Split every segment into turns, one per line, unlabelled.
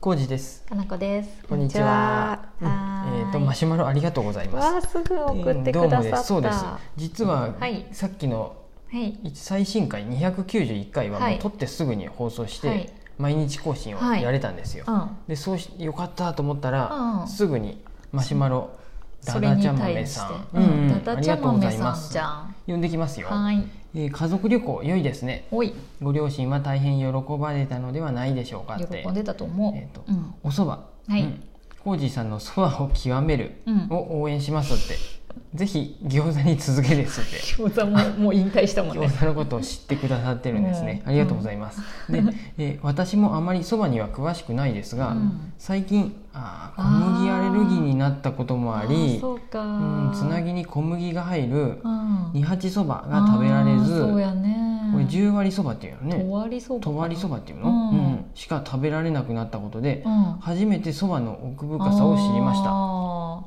コウジです。
かなこです。
こんにちは。
こんにちは
うんえっ、
はーい
とマシュマロありがとうございます。
わあ、すぐ送って
どう
く
も
ださ
で
った。
す。そうです。実は、
はい
さっきの
はい。
最新回291回は
は
も
いう
撮ってすぐに放送して、
はい
毎日更新を
はい
やれたんですよ。
うん。
で、そうしよかったと思ったら、
うんうん
すぐにマシュマロダ
それ
ダ
に
ちゃん豆
対して
さん、、
うん、
あ
ダダ
り
ちゃ
がとうござ
豆
い
さ
ま
ん
す
じ。ゃん。
呼んできますよ。
はい。
えー家族旅行良いですね。
おい、
ご両親は大変喜ばれたのではないでしょうかって
喜ん。でたと思う。
えーと
うん。
おそば、
はい
うん、コージーさんのそばを極める
うん
を応援しますって、ぜひ餃子に続けですって
餃子ももう引退したも んね。
餃子のことを知ってくださってるんですね、
うん
ありがとうございます、で、えー私もあまりそばには詳しくないですが、
うん
最近あー小麦アレルギーになったこともあ
ー
り
そうか。
うん、つなぎに小麦が入る
うん。
二八そばが食べられ
あー
ず、
そうやね。
これ十割そばっていうの
と
ね
わりそうか。
とわりそばっていうの、
うん
うんしか食べられなくなったことで
う、ん。
初めてそばの奥深さを知りました
あ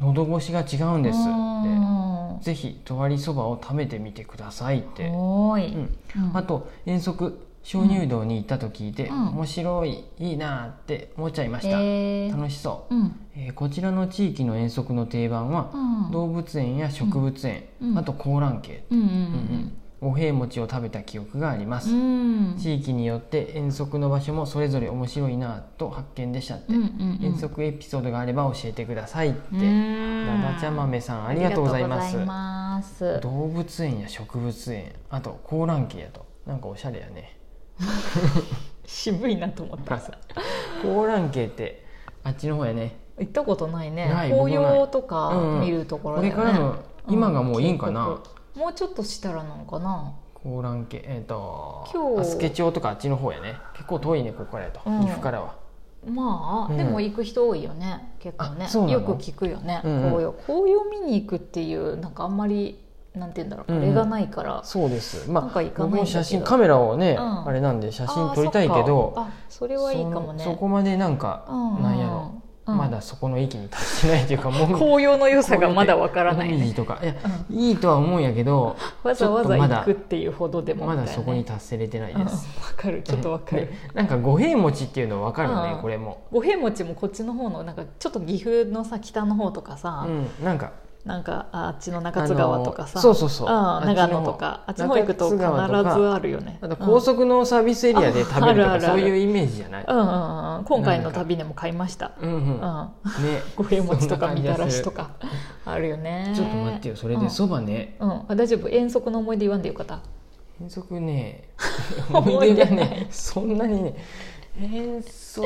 喉越しが違うん
ー
ですっ
うん
てぜひとわりそばを食べてみてくださいって、
おーい。
うん、
うん
あと遠足鍾乳洞に行ったと聞いて、
うん
面白いいいなーって思っちゃいました、
えー
楽しそう、
うん。
えーこちらの地域の遠足の定番は、
うん。
動物園や植物園、
うん
あと高蘭渓、
うんうん
うんうん、お平餅を食べた記憶がありま
う
す、
んうん
地域によって遠足の場所もそれぞれ面白いなーと発見でしたって、
うんうんうん
遠足エピソードがあれば教えてくださいって、
う
ダ
ん
ダちゃ豆さんありがとうございます
ありがとうございます
動物園や植物園あと高蘭渓やとなんかおしゃれやね
渋いなと思った
高蘭渓ってあっちの方やね
行ったことないね
ない
紅
僕もな
葉
い
とか見るところ
これ
だよね、
からの今がもういいんか
うん
な
渓谷もうちょっとしたらなんかな
高蘭渓えっ、と
今日
足助町とかあっちの方やね結構遠いねここからやと、
うん
岐阜からは
まあ、
うん
でも行く人多いよね結構ね
あそうなの
よく聞くよね、
うんうん
紅葉紅葉見に行くっていうなんかあんまりなんて言うんだろう、
うんうん
あれがないから
そうです
な
ま
んか
あ
行かないんだけど
僕も写真カメラをね、
うん
あれなんで写
あ
真
ー
撮りたいけ
そっ
ど
かあそれはいいかもね
そそこまでなんか、
うんうん
なんやろ、
うん
まだそこの域に達してないというかもう
紅葉の良さがまだわからな い、
紅
ね、
葉とかいや、いいとは思うんやけど
わざわざ
ちょっとま
行
だ
くっていうほどでも
まだ
みたい
そ
な
こに達せれてない
うん
で
わ
す、
かるちょっとわかる
でなんか五平餅っていうの分かるね、
うん
これも、
五平餅もこっちの方のなんかちょっと岐阜のさ北の方とかさ、
うん、なんか
なんかああっちの中津川とかさ、
あのそうそうそうん
長野とか
あっ
あっ
ち
ち
の
の
方
方行くと必ずあるよね
あと高速のサービスエリアで食べると
うんあ
か、
あるある
そ
あ
う
る
いうイメージじゃない、
うん、うんうんうん今回の旅でも買いました
うんう
うんん
ね
五平餅とか
そん
み
な
た
感
ら
じ
し
がする
とかあるよね
ちょっと待ってよそれ
う
で
ん
そばね
うんあ大丈夫遠足の思い出言わんでよかった
遠足 ね思
思
い
い
出
出
が
ない
ねそんなにね遠足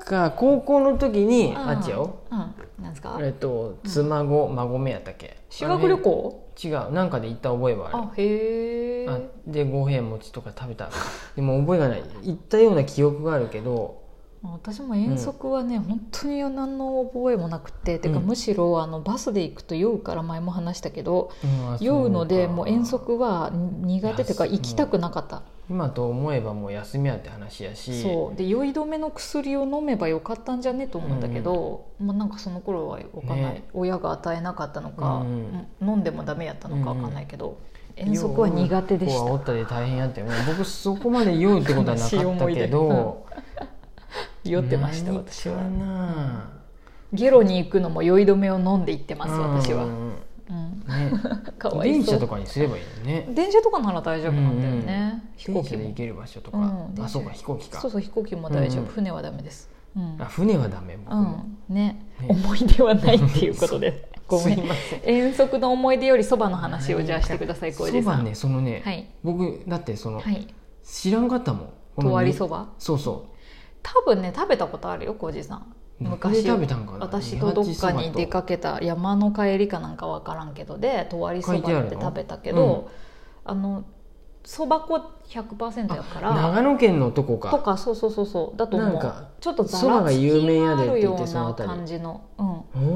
か高校の時にあっちやよ
うんなんですか
えっと妻子孫目やったっけ
修学旅行
違うなんかで行った覚えはある
あへえ
あで五平餅とか食べた でも覚えがない行ったような記憶があるけど
私も遠足はね、本当に何の覚えもなくててか
うん
むしろあのバスで行くと酔うから前も話したけど、
うんあ
酔うの
そ
で
か
もう遠足は苦手というか
いや
行きたくなかった、
今と思えばもう休みやって話やし
そうで酔い止めの薬を飲めばよかったんじゃねと思うんだけど、まあ、なんかその頃は分かんない、
ね
親が与えなかったの
う
か、
ん
飲んでもダメやったのか分かんないけど、遠
よう
足は苦手でし
こう煽
た
ったで大変やってもう僕そこまで酔うってことはな かったけど
酔ってました
何
私
か
は
な
ゲロに行くのも酔い止めを飲んで行ってます私
う
は、
ん
うん、
ね
かわい
電
そう
車とかにすればいいのね
電車とかなら大丈夫なんだよね、飛行
電
機
車で行
も
ける場所とか、
うん電車
あそうか飛行機か
そうそう飛行機も大丈夫、
うん
船はダメですうん、
あ船はダメ僕
う
も、
んね
ね
思い出はないっていうこ とでごめ
すい
ん
ません
遠足の思い出よりそばの話をじゃあしてください小
そ
出さ
ば
ん、
ねそのね、
はい
僕だってその、
はい
知らんかったもんこの
とわりそば
そうそ
多分ね食べたことあるよ小出さん
う
昔
どこで食べたんかな
私とどっかに出かけた山の帰りかなんかわからんけどでとわりそば
書いてあ
っ
る
て
の
食べたけどあのそば粉100%やから
長野県のとことか
かそうそうそうそうだと思う
なんか
ちょっとざ
そば
ら
が
つ
有名
き
やで
があ
って
る
言
よ
って
う
その
な
辺り
感じの
うーん
う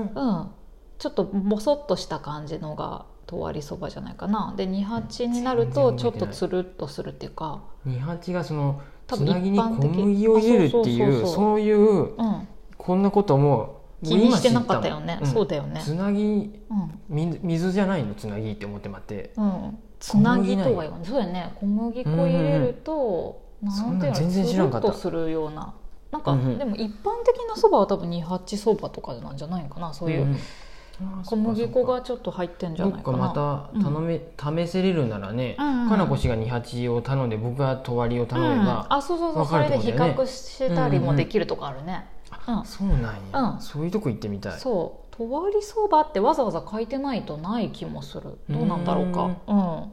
ん、うん、ちょっとぼそっとした感じのがとわりそばじゃないかなで二八になると
全然
ちょ
覚え
って
ない
とつるっとするっていうか
二八がその
多
つ
分
なぎに小麦
一
を
般的
入れるってい
あ
う
そうそうそう
そういう
うん
こんなことも
気にしてなかったよね
今知
そう
た
だよ
もん
ね
つなぎ
うん
み水じゃないのつなぎって思って待って
うんつなぎとは言わないそうだよね小麦粉入れると
そ
なん
ん
てい
な
うん
全
の
然知らんかった
つるっとするようななんか、
うんうん
でも一般的なそばは多分二八そばとかなんじゃないかなそうい
ん
うん
あー
小麦粉
そっか
がちょっと入ってんじゃ
そっ
な
か
いか
ど
な
っかまた頼め、試せれるならね、
うんうんうん
かなこ氏が28を頼んで僕がとわりを頼めば
うん、、あそうそうそう、
わ
そ
かる
れ
って
で
こと
比
だよね
較したりもできるとかあるね、うん
そうなんや、
うん
そういうとこ行ってみたい
そうとわりそばってわざわざ書いてないとない気もするどうなんだろうかうん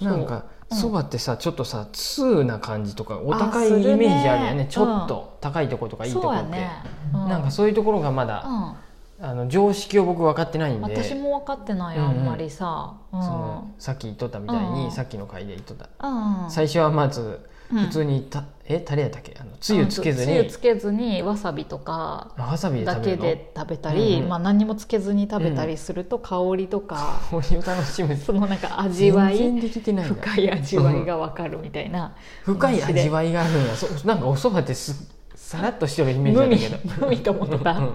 なんか
うん
そばってさちょっとさ通な感じとかお高い
あするね
イメージあるよねちょっ
う
と高いとことか
そう
いいとこ
そう
っ
や
て、
ね、う
なんかそういうところがま
う
だ、
ん
あの常識を僕分かってないんで
私も分かってない
うんうん
あんまりさ、うん
そのさっき言っとったみたいに、
うん
さっきの回で言っとった、
うん
最初はまず
うん
普通にた、えタレやったっけあのつゆつけず
うんつ
に
ゆつけずにわさびとか
わさびで
だ
食べる
け
の
で食べたり
うんうん
まあ、何にもつけずに食べたりすると香りとか、
これを楽しむ
そのなんか味わ
全然
い
できてないな
深い味わいが分かるみたいな
深い味わいがあるんやそなんかお蕎麦ってすさらっとしてるイメー
無味
ジだったけど
無味と思ってた
うん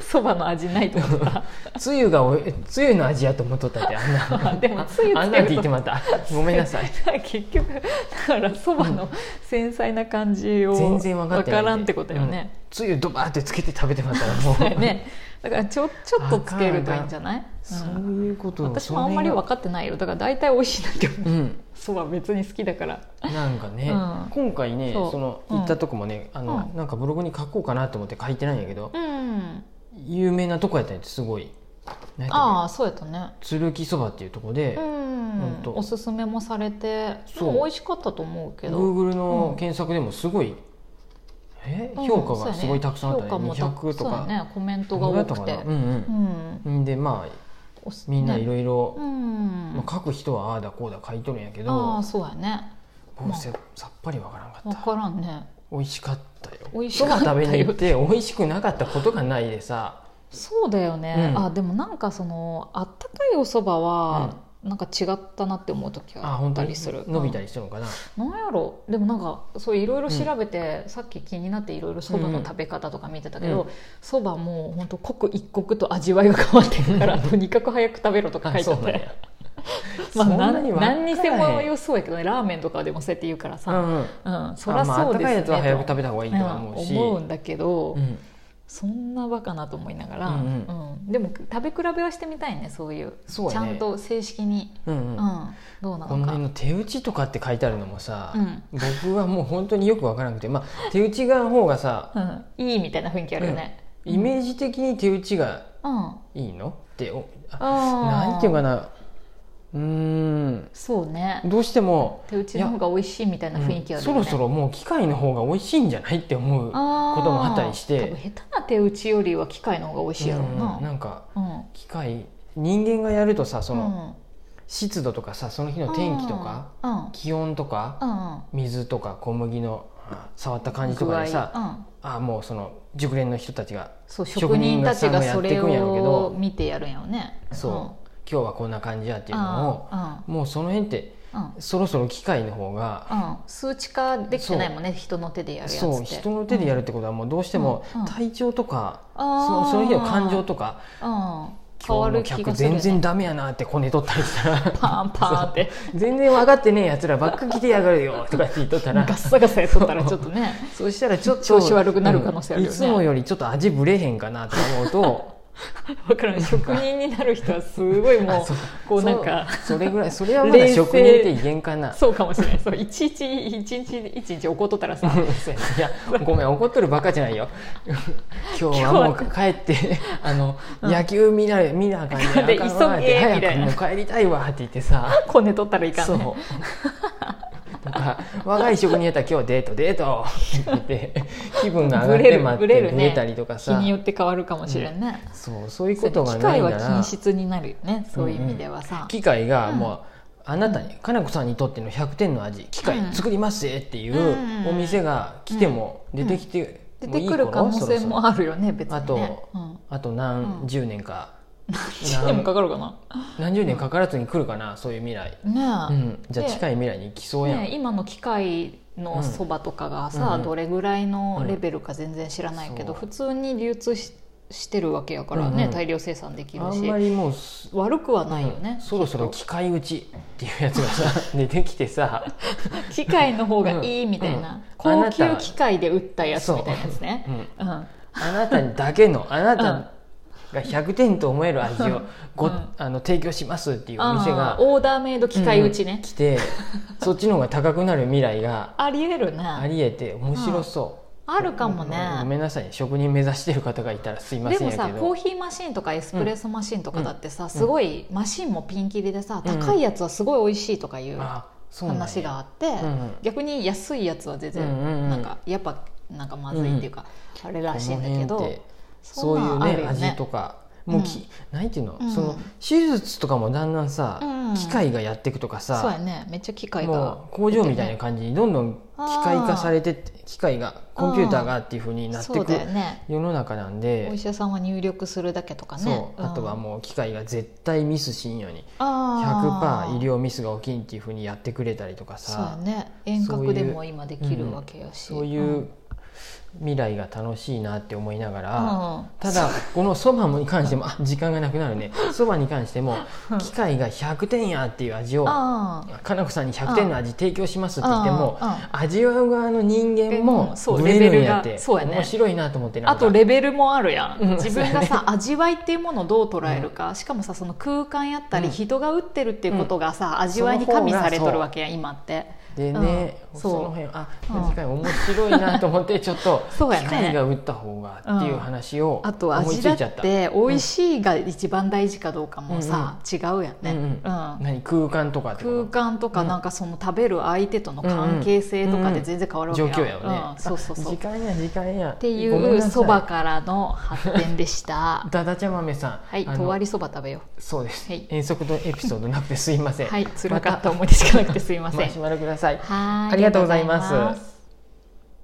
そばの味ないと思ってた
つゆがおえつゆの味やと思っとったってあんな
でもつゆつけると
あんなって言ってまったごめんな さい
結局だからそばの繊細な感じを
全然分かってない
らんってことよね
うん,、つゆドバーってつけて食べてまったらもう
だよ ねだからちょちょっとつけるといいんじゃない、
そう
うん
いうこと
私もあんまり
か
分かってないよだから大体美味しいなって思う
うん
そば別に好きだから
なんかね、
うん
今回ね
そう
その
うん
行ったとこもね、あの
うん
なんかブログに書こうかなと思って書いてないんやけど、
うん
有名なとこやったんやってすごい何やったっけ
ああそうやったね
つるきそばっていうとこで、
うん
んと
おすすめもされて
そう
もう美味しかったと思うけど
Google
う
の
ん
検索でもすごい、え
うん
評価がすごいたくさんあったね、
そうやね評価もた
200と
そうや
か、
ねコメントが
どうや
多
ったか
くて
な、うん
うん
うん、でまあ
おす
みんない
ね
ろいろ
うん
書く人はああだこうだ書いとるんやけ
あ
ど
あそうやねま
僕
あ
せさっぱりわからん
分
かった
からんね
美味しかったよ
美味しかったよ
そば食べに行って美味しくなかったことがないでさ
そうだよね、
うん
あでもなんかそのあったかいお蕎麦は、なんか違ったなって思う時
あ
はあっ
本
た
当
り
に
する
伸びた
り、
りしてるのかな、
うんなんやろでもなんかそういろいろ調べて、さっき気になっていろいろ蕎麦の食べ方とか見てたけ
う
ど
ん
蕎麦、もう本当刻一刻と味わいが変わっていくからとにかく早く食べろとか書いてあっ
なん
て
や そ
まあ
んな
何
わからへん
何にせもよそうやけどねラーメンとかでもそうやって言うから
う
さ、
んうん
うんそりゃ
あまああっ
そう
た
で
か
す
い
ね
やつは早く
と
食べた方がいいとは思うし、
うん思うんだけど、
うん
そんなバカなと思いながら、
う
うんんでも食べ比べはしてみたいねそういう
そう
ち
や
ゃ
ね
んと正式に、
うんう
うんんどうな
この
のか
辺の手打ちとかって書いてあるのもさ、
うん
僕はもう本当によくわからなくて、まあ、手打ちが方がさ
うん、いいみたいな雰囲気あるよね、
イメージ的に手打ちが
うん
いいのっておあ
あー
なんていうかなうーん
そうね
どうしても
手打ちの方が美味しいみたいな雰囲気ある
そ
よね、
ろそろもう機械の方が美味しいんじゃないって思うこと
あー
もあったりし
多
て
分下手な手打ちよりは機械の方が美味しいやろう
うんな
なん
か
うん、うん
機械人間がやるとさその湿度とかさその日の天気とか
うんうん
気温とか
うん
水とか小麦のあ触った感じとかでさ
具合うん
あもうその熟練の人たちが
そう職人たちがそれ
職人さんがやってくんやろうけど
を見てやるんやろね
そう、今日はこんな感じやっていうのを
あ
もうその辺って
うんうん
そろそろ機械の方が
うん、数値化できてないもんね人の手でやるやつって
そう人の手でやるってことはもうどうしても
うんうん
体調とか、
あー
そその日の感情とか
うん、変わ
今日
る
の
気
客
がする、ね、
全然ダメやなってこねとったりしたら
パンパンって
全然分かってねえやつらばっか来てやがるよとかって言っとった
ガ
ら
ッサガサやっとったらちょっとね
そうしたらちょっと
調子悪くなる可能性あるよね
うんいつもよりちょっと味ぶれへんかなと思うと
分か らん職人になる人はすごいも
あそう
う こうなんか
そそれぐらいそれはまだ
冷静
職人って言えんかな
そうかもしれないそういちいちいちいちいちいち怒っとったら さ
そうやねいやごめん怒っとるばっかじゃない よ今日はもう帰って あの、野球見な見なあかんねあかん
で
わって
急げ
早
みたいな
くもう帰りたいわって言って さ
こねとったらいか
そ
ん
う
ね
なんか若い職人やったら今日デートデートって言って気分が
ブ
上がっ
レ
て
る
待
ブ
っ
レ
て
る
ブレ
ね
たりとか
日
さ、
によって変わるかもしれんね、
そうそういう
そう
ことが
機
ない
械
な
は
ら
品質になるよねそういう意味ではさ、
機械がもう、あなたにかなこさんにとっての100点の味機械作りますぜっていうお店が来ても出てきても
出
い
て
い
く
頃
る可能
そろ
性
そろ
もあるよね別にね
あと、
うん、
あと何十年か、
1年もかかるかな
何十年かからずに来るかなそういう未来、う
ねえ、
ん、じゃあ
で
近い未来に来そうやん、
ねえ、今の機械のそばとかが
うん
さ、
うんうん
どれぐらいのレベルか全然知らないけ
そ
ど、
う
普通に流通ししてるわけやからね、
うんうん
大量生産でき
あ
る
ん
し
まりもうす
悪くはないよね、
そろそろ機械打ちっていうやつが さ出てきてさ
機械の方がいいみたいな、
うんうん
高級機械で売ったやつみたいなやつね
うん
うん、うん
あなたにだけのあなたが100点と思える味をご、
うん
あの提供しますっていうお店
あ
が
ーオーダーメイド機械打ち
うん
ね、
来てそっちの方が高くなる未来が
ありえるね
あ
あ
りえて面白そう、
るかもね、
ごめんなさい職人目指してる方がいたらすいま
で
せん
も
やけど
さコーヒーマシンとかエスプレッソマシンとかだってさ、すごいマシンもピンキリでさ、
うん
高いやつはすごい美味しいとかいう
あそうなんや
話があって、
んうん
逆に安いやつは全
うんうんう
然
ん
なんかやっぱなんかまずいっていうか、あれらしいんだけ
この
ど
辺ってそういうね味と
か
かもうき、なんていうの、
うん
その手術とかもだんだんさ、
うん
機械がやっていくとか
そうや
さ、
ねめっちゃ機械が
もう工場みたいな感じにどんどん機械化されてって機械がコンピューターがっていうふうになって
そう
く
だよね
世の中なんで
お医者さんは入力するだけとかね
そうあとはもう機械が絶対ミスしんように100%医
療
療ミスが起きんっていうふうにやってくれたりとか
そうや
さ
ね遠隔でも今できるわけやし
そういう未来が楽しいなって思いながら、
あ
ただこのそばに関してもあ時間がなくなるね そばに関しても
うん
機械が100点やっていう味を
あ
かなこさんに100点の味提供しますって言っても
うんうんうん
味わう側の人間も
そう
ブレるんやっ
レベ
て
ルがそうやね
面白いなと思ってなん
あ
か
とレベルもあるや
うん
ん自分が さ味わいっていうものをどう捉えるかしかもさその空間やった
う
り
ん
人が打ってるっていうことがさ味わいに加味されとるわけやん今って
でね
うん
そ
そう
の辺あ
うん
機械面白いなと 思ってちょっと
そうや
機
ね
械が打った方がっていう話を
あと
思い
味
つ
だ
い
っ
ちゃった
て美味しいが一番大事かどうかもさ違うやんね
うんうん
うん
何空間とかってこと
空間とか
うん
なんかその食べる相手との関係性とかで全然変わるわけ
状
やん
況やよ
うん
ね
そうそうそう
あ時間や時間やっ
っていうそばからの発展で した
だだちゃ豆さん
はい
あの
とわりそば食べよ
そうです、
はい
遠足のエピソードなくてすいませ
うんはい辛かった思い出しかなくてすいま
また
せん
マシュマロください
はい
ありがとうございます
ありがとうございます